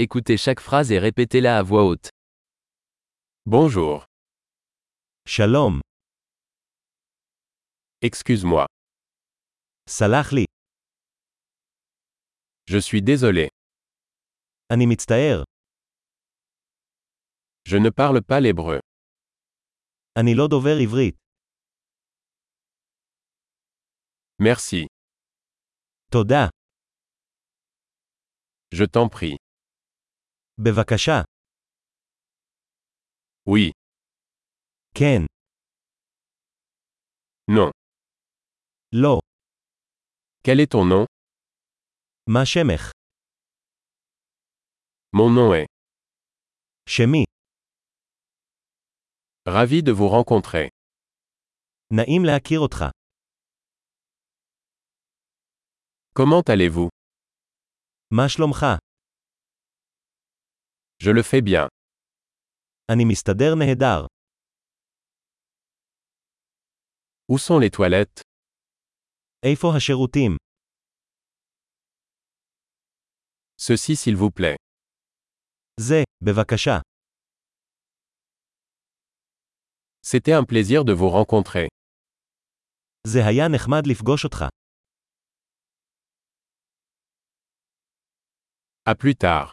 Écoutez chaque phrase et répétez-la à voix haute. Bonjour, שלום, excuse-moi, סלח לי, je suis désolé, אני מצטער, je ne parle pas l'hébreu. אני לא דובר עברית, Merci, תודה, je t'en prie. בבקשה, Oui, כן, non. לא, Quel est ton nom מה שמך, Mon nom est. שמי, Ravi de vous rencontrer. נעים להכיר אותך, Comment allez-vous מה שלומך, Je le fais bien. אני מסתדר נהדר, Où sont les toilettes איפה השירותים, Ceci s'il vous plaît. זה, בבקשה, C'était un plaisir de vous rencontrer. זה היה נחמד לפגוש אותך, À plus tard.